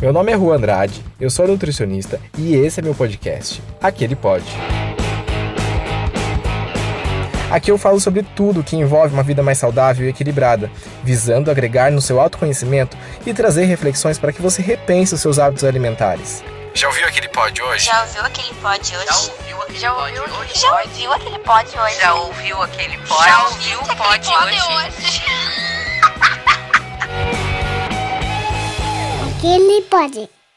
Meu nome é Rua Andrade, eu sou nutricionista e esse é meu podcast, Aquele Pode. Aqui eu falo sobre tudo que envolve uma vida mais saudável e equilibrada, visando agregar no seu autoconhecimento e trazer reflexões para que você repense os seus hábitos alimentares. Já ouviu aquele pod hoje? Já ouviu aquele pod hoje? Já ouviu aquele pod Já ouviu aquele pod hoje? Já ouviu aquele pod? Já ouviu o pod hoje? hoje? Aquele pode.